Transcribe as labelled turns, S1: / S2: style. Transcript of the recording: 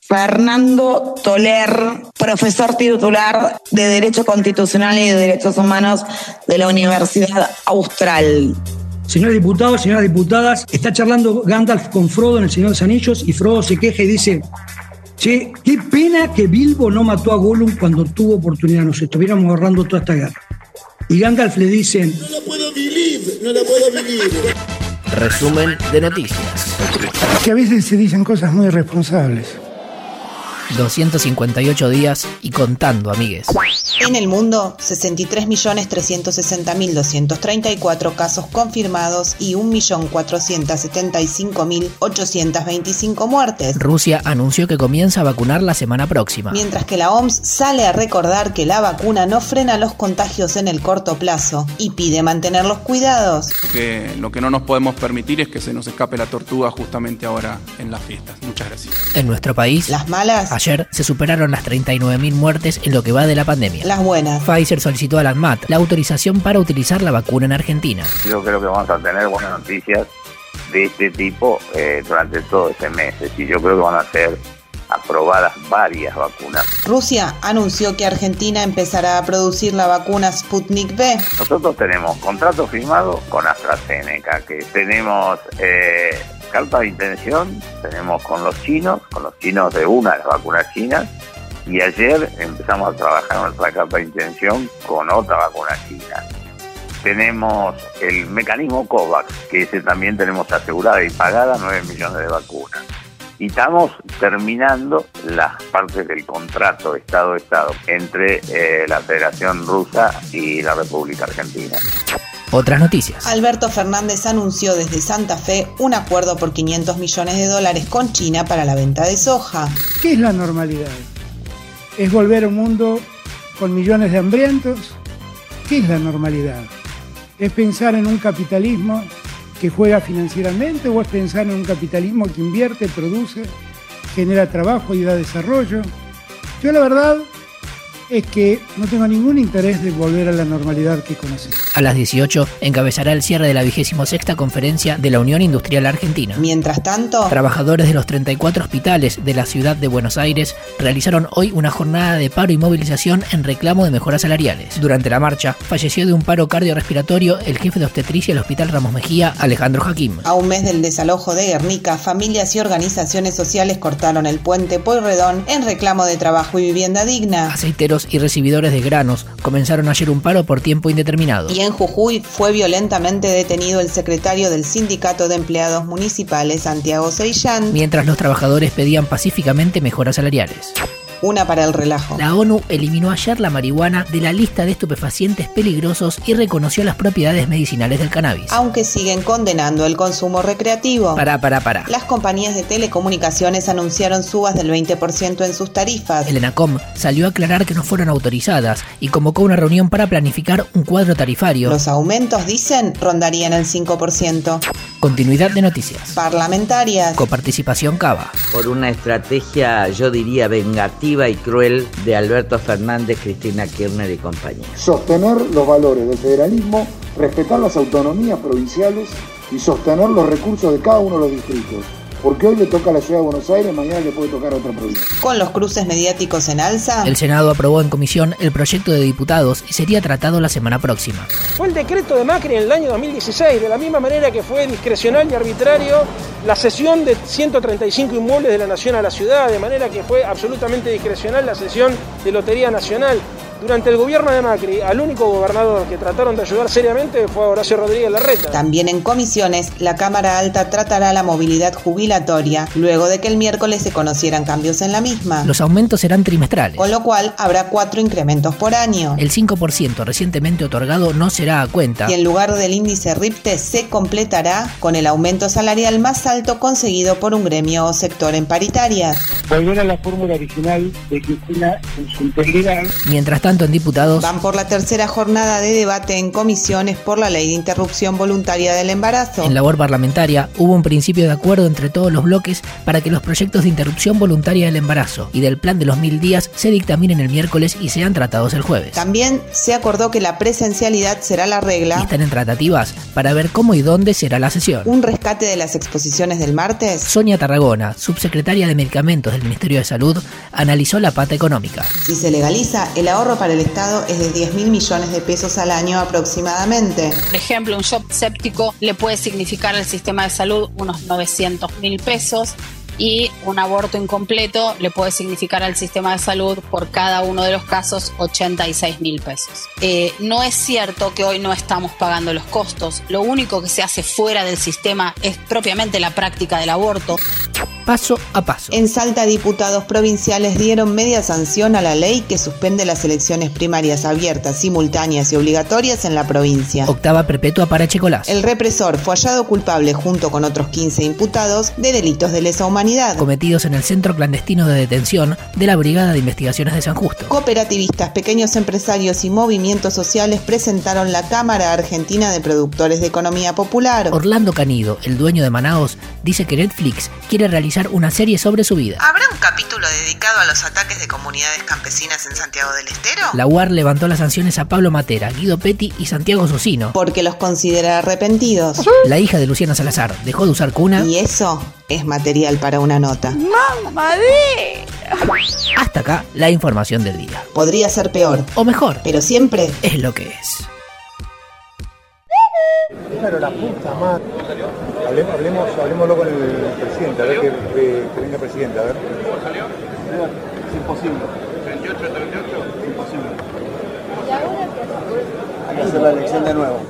S1: Fernando Toler, profesor titular de Derecho Constitucional y de Derechos Humanos de la Universidad Austral.
S2: Señores diputados, señoras diputadas, está charlando Gandalf con Frodo en El Señor de los Anillos y Frodo se queja y dice, che, qué pena que Bilbo no mató a Gollum cuando tuvo oportunidad, nos estuviéramos ahorrando toda esta guerra. Y Gandalf le dicen...
S3: No lo puedo vivir, no lo puedo vivir.
S4: Resumen de noticias.
S5: Que a veces se dicen cosas muy irresponsables.
S4: 258 días y contando, amigues.
S6: En el mundo, 63.360.234 casos confirmados y 1.475.825 muertes.
S4: Rusia anunció que comienza a vacunar la semana próxima.
S6: Mientras que la OMS sale a recordar que la vacuna no frena los contagios en el corto plazo y pide mantener los cuidados.
S7: Que lo que no nos podemos permitir es que se nos escape la tortuga justamente ahora en las fiestas. Muchas gracias.
S4: En nuestro país,
S6: Las malas,
S4: ayer se superaron las 39.000 muertes en lo que va de la pandemia.
S6: las buenas.
S4: Pfizer solicitó a la ANMAT la autorización para utilizar la vacuna en Argentina.
S8: Yo creo que vamos a tener buenas noticias de este tipo eh, durante todo este mes. Y yo creo que van a ser aprobadas varias vacunas.
S6: Rusia anunció que Argentina empezará a producir la vacuna Sputnik V.
S8: Nosotros tenemos contrato firmado con AstraZeneca, que tenemos eh, carta de intención, tenemos con los chinos, con los chinos de una de las vacunas chinas. Y ayer empezamos a trabajar nuestra carta de intención con otra vacuna china. Tenemos el mecanismo COVAX, que ese también tenemos asegurada y pagada 9 millones de vacunas. Y estamos terminando las partes del contrato Estado-Estado entre eh, la Federación Rusa y la República Argentina.
S4: Otras noticias.
S6: Alberto Fernández anunció desde Santa Fe un acuerdo por 500 millones de dólares con China para la venta de soja.
S5: ¿Qué es la normalidad? ¿Es volver a un mundo con millones de hambrientos? ¿Qué es la normalidad? ¿Es pensar en un capitalismo que juega financieramente o es pensar en un capitalismo que invierte, produce, genera trabajo y da desarrollo? Yo la verdad es que no tengo ningún interés de volver a la normalidad que conocí.
S4: A las 18 encabezará el cierre de la 26 conferencia de la Unión Industrial Argentina.
S6: Mientras tanto,
S4: Trabajadores de los 34 hospitales de la ciudad de Buenos Aires realizaron hoy una jornada de paro y movilización en reclamo de mejoras salariales. Durante la marcha, falleció de un paro cardiorrespiratorio el jefe de obstetricia del Hospital Ramos Mejía, Alejandro Jaquim.
S6: a un mes del desalojo de Guernica, familias y organizaciones sociales cortaron el puente Pueyrredón en reclamo de trabajo y vivienda digna.
S4: Aceiteros y recibidores de granos comenzaron ayer un paro por tiempo indeterminado.
S6: Y en Jujuy fue violentamente detenido el secretario del Sindicato de Empleados Municipales, Santiago Seillán,
S4: Mientras los trabajadores pedían pacíficamente mejoras salariales.
S6: una para el relajo.
S4: La ONU eliminó ayer la marihuana de la lista de estupefacientes peligrosos y reconoció las propiedades medicinales del cannabis.
S6: aunque siguen condenando el consumo recreativo.
S4: Pará, pará, pará.
S6: Las compañías de telecomunicaciones anunciaron subas del 20% en sus tarifas.
S4: El ENACOM salió a aclarar que no fueron autorizadas y convocó una reunión para planificar un cuadro tarifario.
S6: Los aumentos, dicen, rondarían el 5%.
S4: Continuidad de noticias.
S6: Parlamentarias.
S4: Coparticipación Cava.
S9: por una estrategia, yo diría, vengativa y cruel de Alberto Fernández, Cristina Kirchner y compañía.
S10: sostener los valores del federalismo, respetar las autonomías provinciales y sostener los recursos de cada uno de los distritos. Porque hoy le toca a la ciudad de Buenos Aires, mañana le puede tocar a otra provincia.
S6: Con los cruces mediáticos en alza.
S4: El Senado aprobó en comisión el proyecto de diputados y sería tratado la semana próxima.
S11: Fue el decreto de Macri en el año 2016, de la misma manera que fue discrecional y arbitrario la cesión de 135 inmuebles de la Nación a la ciudad, de manera que fue absolutamente discrecional la cesión de Lotería Nacional. Durante el gobierno de Macri, al único gobernador que trataron de ayudar seriamente fue a Horacio Rodríguez Larreta.
S6: También en comisiones, la Cámara Alta tratará la movilidad jubilatoria luego de que el miércoles se conocieran cambios en la misma.
S4: Los aumentos serán trimestrales.
S6: Con lo cual, habrá cuatro incrementos por año.
S4: El 5% recientemente otorgado no será a cuenta.
S6: y en lugar del índice RIPTE se completará con el aumento salarial más alto conseguido por un gremio o sector en paritarias.
S11: Volver a la fórmula original de Cristina en su integridad.
S4: Mientras tanto, tanto en diputados,
S6: Van por la tercera jornada de debate en comisiones por la ley de interrupción voluntaria del embarazo.
S4: en labor parlamentaria, hubo un principio de acuerdo entre todos los bloques para que los proyectos de interrupción voluntaria del embarazo y del plan de los mil días se dictaminen el miércoles y sean tratados el jueves.
S6: También se acordó que la presencialidad será la regla,
S4: Están en tratativas para ver cómo y dónde será la sesión.
S6: un rescate de las exposiciones del martes,
S4: Sonia Tarragona, subsecretaria de Medicamentos del Ministerio de Salud, analizó la pata económica.
S6: Si se legaliza, el ahorro para el Estado es de 10 mil millones de pesos al año aproximadamente.
S12: Por ejemplo, un shock séptico le puede significar al sistema de salud unos 900 mil pesos y un aborto incompleto le puede significar al sistema de salud por cada uno de los casos 86 mil pesos. Eh, no es cierto que hoy no estamos pagando los costos. Lo único que se hace fuera del sistema es propiamente la práctica del aborto.
S4: Paso a paso.
S6: En Salta, diputados provinciales dieron media sanción a la ley que suspende las elecciones primarias abiertas, simultáneas y obligatorias en la provincia.
S4: Octava perpetua para Checolás.
S6: El represor fue hallado culpable junto con otros 15 imputados de delitos de lesa humanidad.
S4: cometidos en el centro clandestino de detención de la Brigada de Investigaciones de San Justo.
S6: Cooperativistas, pequeños empresarios y movimientos sociales presentaron la Cámara Argentina de Productores de Economía Popular.
S4: Orlando Canido, el dueño de Manaos, dice que Netflix quiere realizar una serie sobre su vida.
S6: ¿Habrá un capítulo dedicado a los ataques de comunidades campesinas en Santiago del Estero?
S4: La UAR levantó las sanciones a Pablo Matera, Guido Petti y Santiago Susino.
S6: Porque los considera arrepentidos.
S4: La hija de Luciana Salazar dejó de usar cuna
S6: Y eso es material para una nota.
S4: hasta acá la información del día.
S6: Podría ser peor,
S4: O mejor,
S6: pero siempre
S4: es lo que es.
S13: Pero la puta madre. Hablemos, hablemos, hablemoslo con el presidente, a ver que, eh, que venga el presidente, a ver. Es imposible. 38, 38, imposible. Hay que hacer la elección de nuevo.